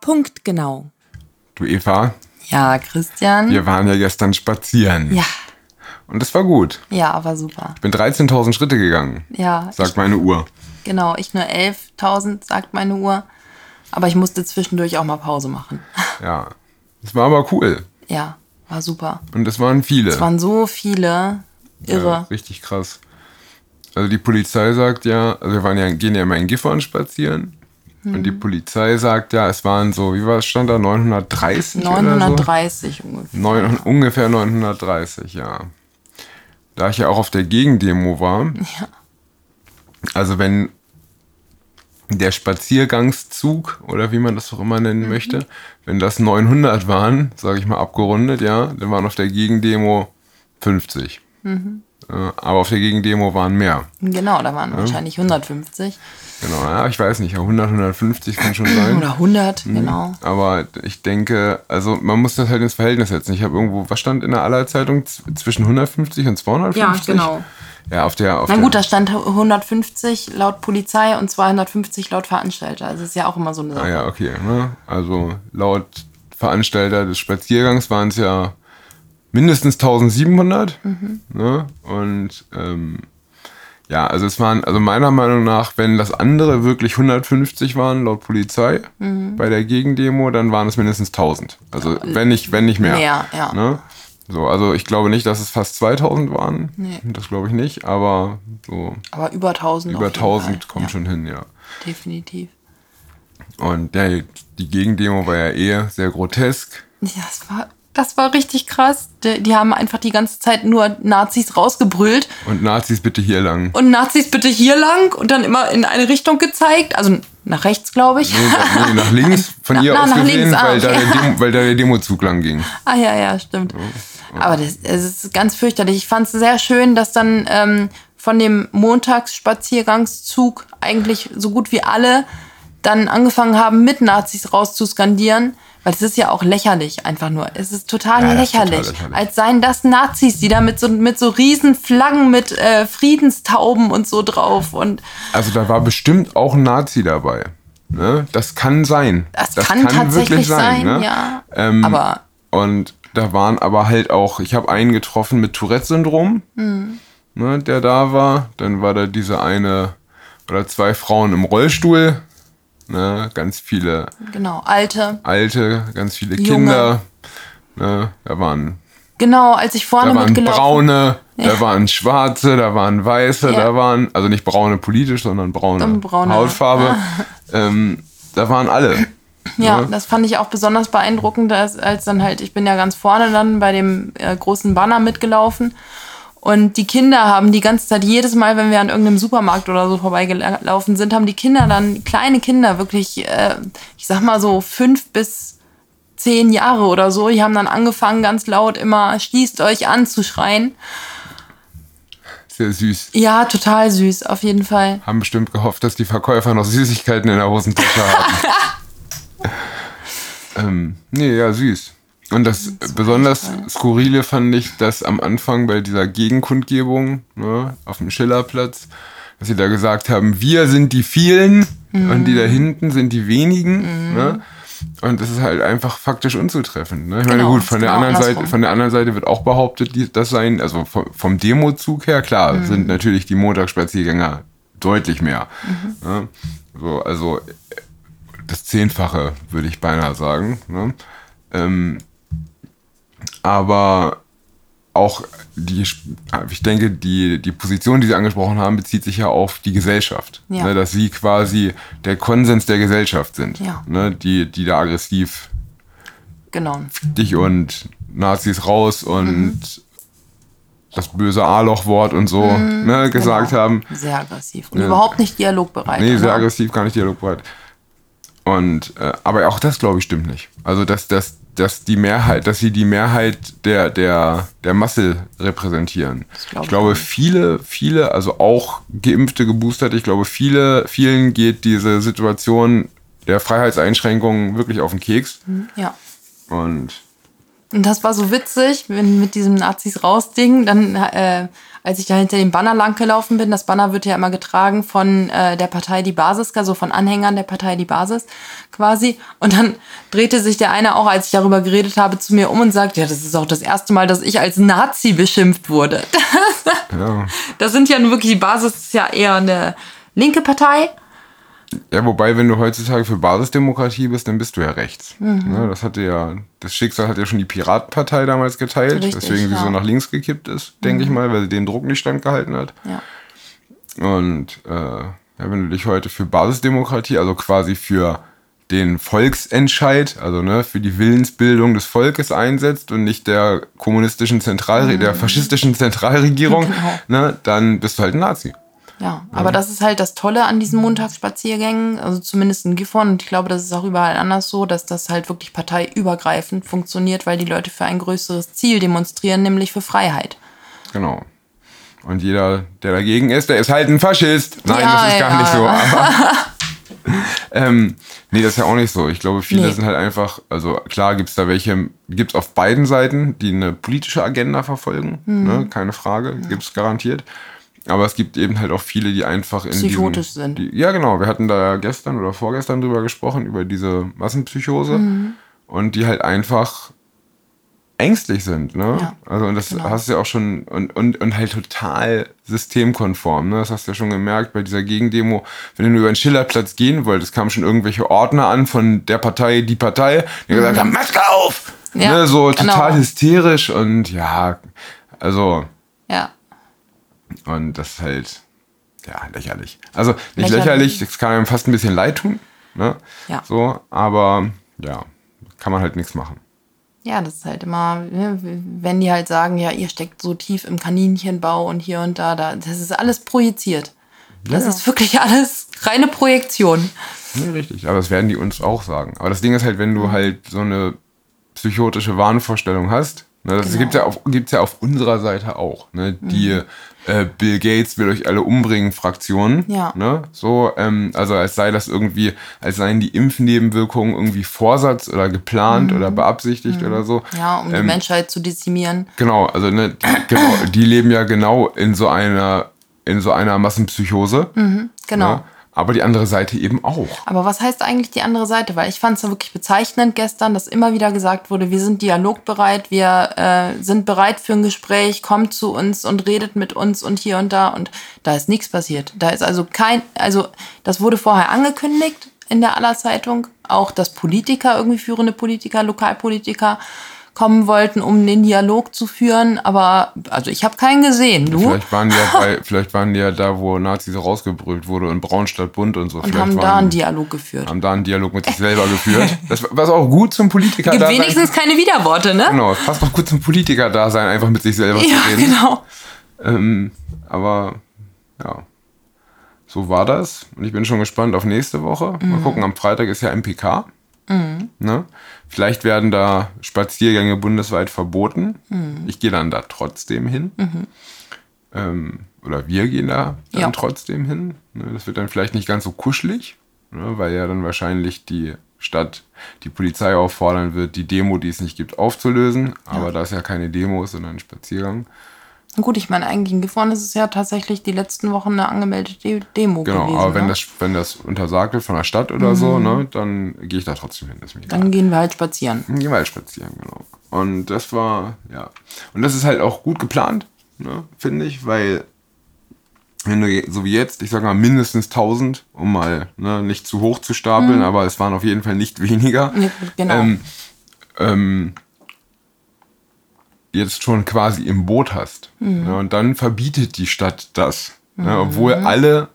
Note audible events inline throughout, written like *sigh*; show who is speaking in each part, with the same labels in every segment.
Speaker 1: Punktgenau.
Speaker 2: Du Eva,
Speaker 1: Ja, Christian.
Speaker 2: wir waren ja gestern spazieren.
Speaker 1: Mhm. Ja,
Speaker 2: Und das war gut.
Speaker 1: ja, aber super.
Speaker 2: Ich bin 13.000 Schritte gegangen,
Speaker 1: Ja,
Speaker 2: sagt meine Uhr.
Speaker 1: ich, genau. Ich nur 11.000, sagt meine Uhr. Aber ich musste zwischendurch auch mal Pause machen. *laughs*
Speaker 2: Ja. Das war aber cool.
Speaker 1: Ja, war super.
Speaker 2: Und das waren viele.
Speaker 1: Es waren so viele.
Speaker 2: Ja,
Speaker 1: Irre.
Speaker 2: richtig krass. Also die Polizei sagt ja, also wir waren ja, gehen ja immer in Gifhorn spazieren. Und
Speaker 1: Mhm.
Speaker 2: die Polizei sagt ja, es waren so, wie war es stand da, 930 oder so?
Speaker 1: 930 ungefähr.
Speaker 2: Neun, ungefähr 930, ja. Da ich ja auch auf der Gegendemo war,
Speaker 1: Ja.
Speaker 2: also wenn der Spaziergangszug oder wie man das auch immer nennen möchte, wenn das 900 waren, sage ich mal abgerundet, ja, dann waren auf der Gegendemo 50. Äh, aber auf der Gegendemo waren mehr.
Speaker 1: Genau, da waren wahrscheinlich 150
Speaker 2: Genau, ja, ich weiß nicht, ja, 100, 150 kann schon sein.
Speaker 1: oder 100,
Speaker 2: Mhm.
Speaker 1: genau.
Speaker 2: Aber ich denke, also man muss das halt ins Verhältnis setzen. Ich habe irgendwo, was stand in der Aller-Zeitung? Z- Zwischen 150 und 250?
Speaker 1: Ja, genau.
Speaker 2: Ja, auf der. Auf
Speaker 1: Na
Speaker 2: der,
Speaker 1: gut, da stand 150 laut Polizei und 250 laut Veranstalter. Also ist ja auch immer so eine
Speaker 2: Ah
Speaker 1: Sache.
Speaker 2: ja, okay. Ne? Also laut Veranstalter des Spaziergangs waren es ja mindestens 1700. Ne? Und ähm, ja, also es waren, also meiner Meinung nach, wenn das andere wirklich 150 waren laut Polizei
Speaker 1: Mhm.
Speaker 2: bei der Gegendemo, dann waren es mindestens 1000. Also wenn nicht, wenn nicht mehr.
Speaker 1: mehr, ja.
Speaker 2: Ne? So, also ich glaube nicht, dass es fast 2000 waren.
Speaker 1: Nee.
Speaker 2: Das glaube ich nicht, aber so
Speaker 1: Aber über 1000. auf
Speaker 2: über
Speaker 1: jeden
Speaker 2: 1000
Speaker 1: Fall.
Speaker 2: kommt
Speaker 1: ja,
Speaker 2: schon hin, ja.
Speaker 1: Definitiv.
Speaker 2: Und ja, die Gegendemo war ja eh sehr grotesk.
Speaker 1: Ja, das war, das war richtig krass. Die, die haben einfach die ganze Zeit nur Nazis rausgebrüllt
Speaker 2: Und Nazis bitte hier lang.
Speaker 1: und Nazis bitte hier lang und dann immer in eine Richtung gezeigt. Also nach rechts, glaube ich.
Speaker 2: Nee, da- nee, nach links,
Speaker 1: *laughs*
Speaker 2: von
Speaker 1: Na-
Speaker 2: ihr
Speaker 1: na,
Speaker 2: aus
Speaker 1: nach
Speaker 2: gesehen,
Speaker 1: links, ah,
Speaker 2: weil, da
Speaker 1: okay.
Speaker 2: der Demo, weil da der Demozug lang ging.
Speaker 1: Ah ja, ja, stimmt. Aber das, es ist ganz fürchterlich. Ich fand es sehr schön, dass dann ähm, von dem Montagsspaziergangszug eigentlich so gut wie alle dann angefangen haben, mit Nazis rauszuskandieren. Weil es ist ja auch lächerlich, einfach nur. Es ist total,
Speaker 2: Ja, das ist total
Speaker 1: lächerlich.
Speaker 2: lächerlich.
Speaker 1: Als seien das Nazis, die da mit so, mit so riesen Flaggen mit äh, Friedenstauben und so drauf. Und
Speaker 2: Also da war bestimmt auch ein Nazi dabei. Ne? Das kann sein.
Speaker 1: das, kann, tatsächlich sein, ja.
Speaker 2: Ähm,
Speaker 1: Aber
Speaker 2: Und da waren aber halt auch, ich habe einen getroffen mit Tourette-Syndrom,
Speaker 1: Hm.
Speaker 2: ne, der da war. Dann war da diese eine oder zwei Frauen im Rollstuhl. Ne, ganz viele
Speaker 1: genau, alte.
Speaker 2: Alte, ganz viele
Speaker 1: Junge.
Speaker 2: Kinder. Ne, da waren,
Speaker 1: Genau, als ich vorne
Speaker 2: da waren
Speaker 1: mitgelaufen
Speaker 2: Braune, da waren Schwarze, da waren Weiße,
Speaker 1: Ja.
Speaker 2: da waren, also nicht Braune politisch, sondern Braune,
Speaker 1: Dann braune.
Speaker 2: Hautfarbe. *laughs* ähm, da waren alle.
Speaker 1: Ja,
Speaker 2: Ne?
Speaker 1: das fand ich auch besonders beeindruckend, dass, als dann halt, ich bin ja ganz vorne dann bei dem äh, großen Banner mitgelaufen. Und die Kinder haben die ganze Zeit, jedes Mal, wenn wir an irgendeinem Supermarkt oder so vorbeigelaufen sind, haben die Kinder dann, kleine Kinder, wirklich, äh, ich sag mal so fünf bis zehn Jahre oder so, die haben dann angefangen, ganz laut immer, schließt euch an zu schreien.
Speaker 2: Sehr süß.
Speaker 1: Ja, total süß, auf jeden Fall.
Speaker 2: Haben bestimmt gehofft, dass die Verkäufer noch Süßigkeiten in der Hosentasche haben. ähm, nee, ja, süß. Und das
Speaker 1: Mhm,
Speaker 2: besonders Skurrile fand ich, dass am Anfang bei dieser Gegenkundgebung ne, auf dem Schillerplatz, dass sie da gesagt haben, wir sind die vielen
Speaker 1: Mhm.
Speaker 2: und die da hinten sind die wenigen. Ne? Und das ist halt einfach faktisch unzutreffend. Ne? Ich meine,
Speaker 1: Genau,
Speaker 2: gut, von der,
Speaker 1: genau
Speaker 2: anderen Seite,
Speaker 1: andersrum.
Speaker 2: von der anderen Seite wird auch behauptet, die- das seien, also vom, vom Demozug her, klar,
Speaker 1: Mhm.
Speaker 2: sind natürlich die Montagsspaziergänger deutlich mehr.
Speaker 1: Mhm.
Speaker 2: Ne? So, also das Zehnfache, würde ich beinahe sagen. Ne? Ähm, aber auch die, ich denke, die, die Position, die Sie angesprochen haben, bezieht sich ja auf die Gesellschaft.
Speaker 1: Ja.
Speaker 2: Ne, dass Sie quasi der Konsens der Gesellschaft sind,
Speaker 1: Ja.
Speaker 2: ne, die, die da aggressiv
Speaker 1: Genau.
Speaker 2: dich und Nazis raus und
Speaker 1: Mhm.
Speaker 2: das böse A-Loch-Wort und so ne, gesagt
Speaker 1: genau.
Speaker 2: haben.
Speaker 1: Sehr aggressiv. Und überhaupt nicht dialogbereit.
Speaker 2: Nee, sehr
Speaker 1: ne?
Speaker 2: aggressiv, gar nicht dialogbereit. Und äh, aber auch das glaube ich stimmt nicht. Also dass, dass, dass die Mehrheit, dass sie die Mehrheit der, der, der Masse repräsentieren.
Speaker 1: glaub
Speaker 2: ich
Speaker 1: ich
Speaker 2: glaube, viele, viele, also auch Geimpfte geboostert, ich glaube, viele, vielen geht diese
Speaker 1: Mhm.
Speaker 2: Situation der Freiheitseinschränkungen wirklich auf den Keks.
Speaker 1: Ja.
Speaker 2: Und
Speaker 1: Und das war so witzig, wenn mit diesem Nazis raus-Ding, dann, äh, als ich da hinter dem Banner lang gelaufen bin, das Banner wird ja immer getragen von äh, der Partei Die Basis, also von Anhängern der Partei Die Basis quasi. Und dann drehte sich der eine auch, als ich darüber geredet habe, zu mir um und sagt, ja, das ist auch das erste Mal, dass ich als Nazi beschimpft wurde. *laughs*
Speaker 2: Ja.
Speaker 1: Das sind ja nun wirklich, die Basis ist ja eher eine linke Partei.
Speaker 2: Ja, wobei, wenn du heutzutage für Basisdemokratie bist, dann bist du ja rechts.
Speaker 1: Mhm.
Speaker 2: Ne, das hatte ja, das Schicksal hat ja schon die Piratenpartei damals geteilt,
Speaker 1: Richtig,
Speaker 2: weswegen sie
Speaker 1: ja. Mhm.
Speaker 2: so nach links gekippt ist, denke ich mal, weil sie den Druck nicht standgehalten hat.
Speaker 1: Ja.
Speaker 2: Und äh, ja, wenn du dich heute für Basisdemokratie, also quasi für den Volksentscheid, also ne, für die Willensbildung des Volkes einsetzt und nicht der kommunistischen
Speaker 1: Mhm.
Speaker 2: Zentralregierung, der faschistischen Zentralregierung,
Speaker 1: Genau.
Speaker 2: ne, dann bist du halt ein Nazi.
Speaker 1: Ja, aber das ist halt das Tolle an diesen Montagsspaziergängen, also zumindest in Gifhorn und ich glaube, das ist auch überall anders so, dass das halt wirklich parteiübergreifend funktioniert, weil die Leute für ein größeres Ziel demonstrieren, nämlich für Freiheit.
Speaker 2: Genau. Und jeder, der dagegen ist, der ist halt ein Faschist. Nein,
Speaker 1: Ja,
Speaker 2: das ist gar
Speaker 1: ja. *laughs*
Speaker 2: nicht so. Aber, ähm, nee, das ist ja auch nicht so. Ich glaube, viele
Speaker 1: Nee.
Speaker 2: sind halt einfach, also klar gibt's da welche, gibt's auf beiden Seiten, die eine politische Agenda verfolgen.
Speaker 1: Hm.
Speaker 2: Ne? Keine Frage, gibt's garantiert. Aber es gibt eben halt auch viele, die einfach in
Speaker 1: Psychotisch
Speaker 2: diesen,
Speaker 1: sind.
Speaker 2: Die, ja, genau. Wir hatten da gestern oder vorgestern drüber gesprochen, über diese Massenpsychose.
Speaker 1: Hm.
Speaker 2: Und die halt einfach ängstlich sind, ne?
Speaker 1: Ja, genau.
Speaker 2: also und das hast du ja auch schon und, und, und halt total systemkonform, ne? Das hast du ja schon gemerkt bei dieser Gegendemo, wenn du über den Schillerplatz gehen wolltest, kamen schon irgendwelche Ordner an von der Partei, die Partei, die gesagt haben, Maske auf!
Speaker 1: Mhm. Ja,
Speaker 2: ne? So total
Speaker 1: genau.
Speaker 2: hysterisch und ja, also,
Speaker 1: Ja,
Speaker 2: und das ist halt, ja, lächerlich. Also nicht
Speaker 1: Lächerlich.
Speaker 2: lächerlich, das kann einem fast ein bisschen leid tun, ne?
Speaker 1: Ja.
Speaker 2: So, aber ja, kann man halt nichts machen.
Speaker 1: ja, das ist halt immer, ne, wenn die halt sagen, ja, ihr steckt so tief im Kaninchenbau und hier und da, da, das ist alles projiziert. Das
Speaker 2: Ja.
Speaker 1: ist wirklich alles reine Projektion.
Speaker 2: Nee, richtig. Aber das werden die uns auch sagen. Aber das Ding ist halt, wenn
Speaker 1: Mhm.
Speaker 2: du halt so eine psychotische Wahnvorstellung hast, ne, das
Speaker 1: Genau.
Speaker 2: gibt's ja auf, gibt's ja auf unserer Seite auch. Ne? Die äh, Bill Gates will euch alle umbringen Fraktionen.
Speaker 1: Mhm. Ja.
Speaker 2: Ne? So, ähm, also als sei das irgendwie, als seien die Impfnebenwirkungen irgendwie Vorsatz oder geplant oder beabsichtigt oder so.
Speaker 1: Mhm. Ja, um die
Speaker 2: Ähm,
Speaker 1: Menschheit zu dezimieren.
Speaker 2: Genau, also ne, die, genau, die leben ja genau in so einer, in so einer Massenpsychose.
Speaker 1: Genau.
Speaker 2: Ne? Aber die andere Seite eben auch.
Speaker 1: Aber was heißt eigentlich die andere Seite? Weil ich fand es ja wirklich bezeichnend gestern, dass immer wieder gesagt wurde, wir sind dialogbereit, wir äh, sind bereit für ein Gespräch, kommt zu uns und redet mit uns und hier und da. Und da ist nichts passiert. Da ist also kein, also das wurde vorher angekündigt in der Allerzeitung, auch dass Politiker, irgendwie führende Politiker, Lokalpolitiker kommen wollten, um den Dialog zu führen. Aber also ich habe keinen gesehen, du.
Speaker 2: Vielleicht waren die ja
Speaker 1: *laughs*
Speaker 2: bei, vielleicht waren die ja da, wo Nazis rausgebrüllt wurde in Braunstadt bunt und so.
Speaker 1: und
Speaker 2: vielleicht
Speaker 1: haben
Speaker 2: waren,
Speaker 1: da einen Dialog geführt.
Speaker 2: haben da einen Dialog mit
Speaker 1: *laughs*
Speaker 2: sich selber geführt. Das, was auch gut zum Politiker
Speaker 1: Gibt
Speaker 2: da sein.
Speaker 1: wenigstens keine Widerworte, ne?
Speaker 2: Genau, es passt auch gut zum Politiker da sein, einfach mit sich selber
Speaker 1: Ja,
Speaker 2: zu reden.
Speaker 1: genau.
Speaker 2: Ähm, aber ja, so war das. Und ich bin schon gespannt auf nächste Woche. Mal gucken, am Freitag ist ja MPK. Ne? Vielleicht werden da Spaziergänge bundesweit verboten. Ich gehe dann da trotzdem hin. Ähm, oder wir gehen da dann
Speaker 1: Ja.
Speaker 2: trotzdem hin. Ne? Das wird dann vielleicht nicht ganz so kuschelig, ne? weil ja dann wahrscheinlich die Stadt die Polizei auffordern wird, die Demo, die es nicht gibt, aufzulösen. Aber da ist ja keine Demo, sondern ein Spaziergang.
Speaker 1: Gut, ich meine, eigentlich in Gifhorn ist es ja tatsächlich die letzten Wochen eine angemeldete De Demo
Speaker 2: Genau,
Speaker 1: gewesen.
Speaker 2: aber wenn,
Speaker 1: ne? Mhm.
Speaker 2: das, wenn das untersagt wird von der Stadt oder so, ne, dann gehe ich da trotzdem hin. Ist mir egal.
Speaker 1: Dann gehen wir halt spazieren.
Speaker 2: Dann gehen wir halt spazieren, genau. Und das war, ja. Und das ist halt auch gut geplant, ne, finde ich, weil wenn du, je- so wie jetzt, ich sag mal mindestens 1000, um mal ne, nicht zu hoch zu stapeln, aber es waren auf jeden Fall nicht weniger.
Speaker 1: Nee, Mhm. genau.
Speaker 2: Ähm, ähm, jetzt schon quasi im Boot hast. Ne, und dann verbietet die Stadt das. Ne, obwohl alle,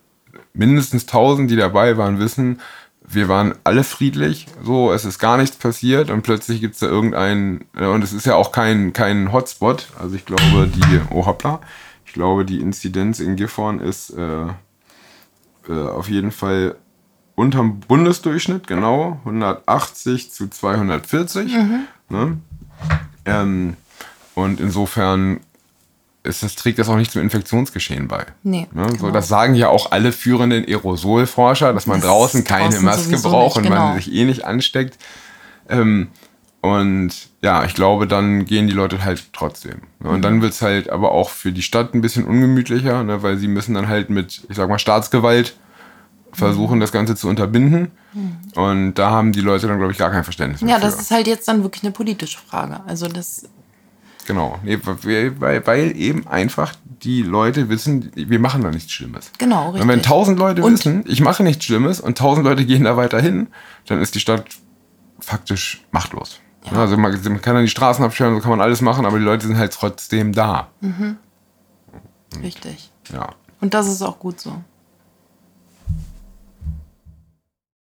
Speaker 2: mindestens 1000, die dabei waren, wissen, wir waren alle friedlich, so, es ist gar nichts passiert und plötzlich gibt es da irgendeinen, äh, und es ist ja auch kein, kein Hotspot, also ich glaube, die, oh hoppla, ich glaube, die Inzidenz in Gifhorn ist äh, äh, auf jeden Fall unterm Bundesdurchschnitt, genau, 180 zu 240.
Speaker 1: Mhm.
Speaker 2: Ne? Ähm, und insofern ist das, trägt das auch nicht zum Infektionsgeschehen bei.
Speaker 1: Nee,
Speaker 2: ne? so,
Speaker 1: genau.
Speaker 2: das sagen ja auch alle führenden Aerosolforscher, dass man
Speaker 1: Das
Speaker 2: draußen
Speaker 1: ist
Speaker 2: keine
Speaker 1: draußen
Speaker 2: Maske
Speaker 1: sowieso
Speaker 2: braucht
Speaker 1: nicht,
Speaker 2: und man
Speaker 1: genau.
Speaker 2: sich eh nicht ansteckt. eh Ähm, Und ja, ich glaube, dann gehen die Leute halt trotzdem. Ne? Und
Speaker 1: Mhm.
Speaker 2: dann wird's halt aber auch für die Stadt ein bisschen ungemütlicher, ne? weil sie müssen dann halt mit, ich sag mal, Staatsgewalt
Speaker 1: Mhm.
Speaker 2: versuchen, das Ganze zu unterbinden. Und da haben die Leute dann, glaube ich, gar kein Verständnis
Speaker 1: Ja,
Speaker 2: dafür.
Speaker 1: das ist halt jetzt dann wirklich eine politische Frage. Also das,
Speaker 2: Genau. Nee, weil, weil- weil eben einfach die Leute wissen, wir machen da nichts Schlimmes.
Speaker 1: Genau, richtig.
Speaker 2: Und wenn tausend Leute
Speaker 1: Und-
Speaker 2: wissen, ich mache nichts Schlimmes und tausend Leute gehen da weiter hin, dann ist die Stadt faktisch machtlos. Also man, man kann dann die Straßen absperren, so kann man alles machen, aber die Leute sind halt trotzdem da.
Speaker 1: richtig.
Speaker 2: Ja.
Speaker 1: Mhm. Und das ist auch gut so.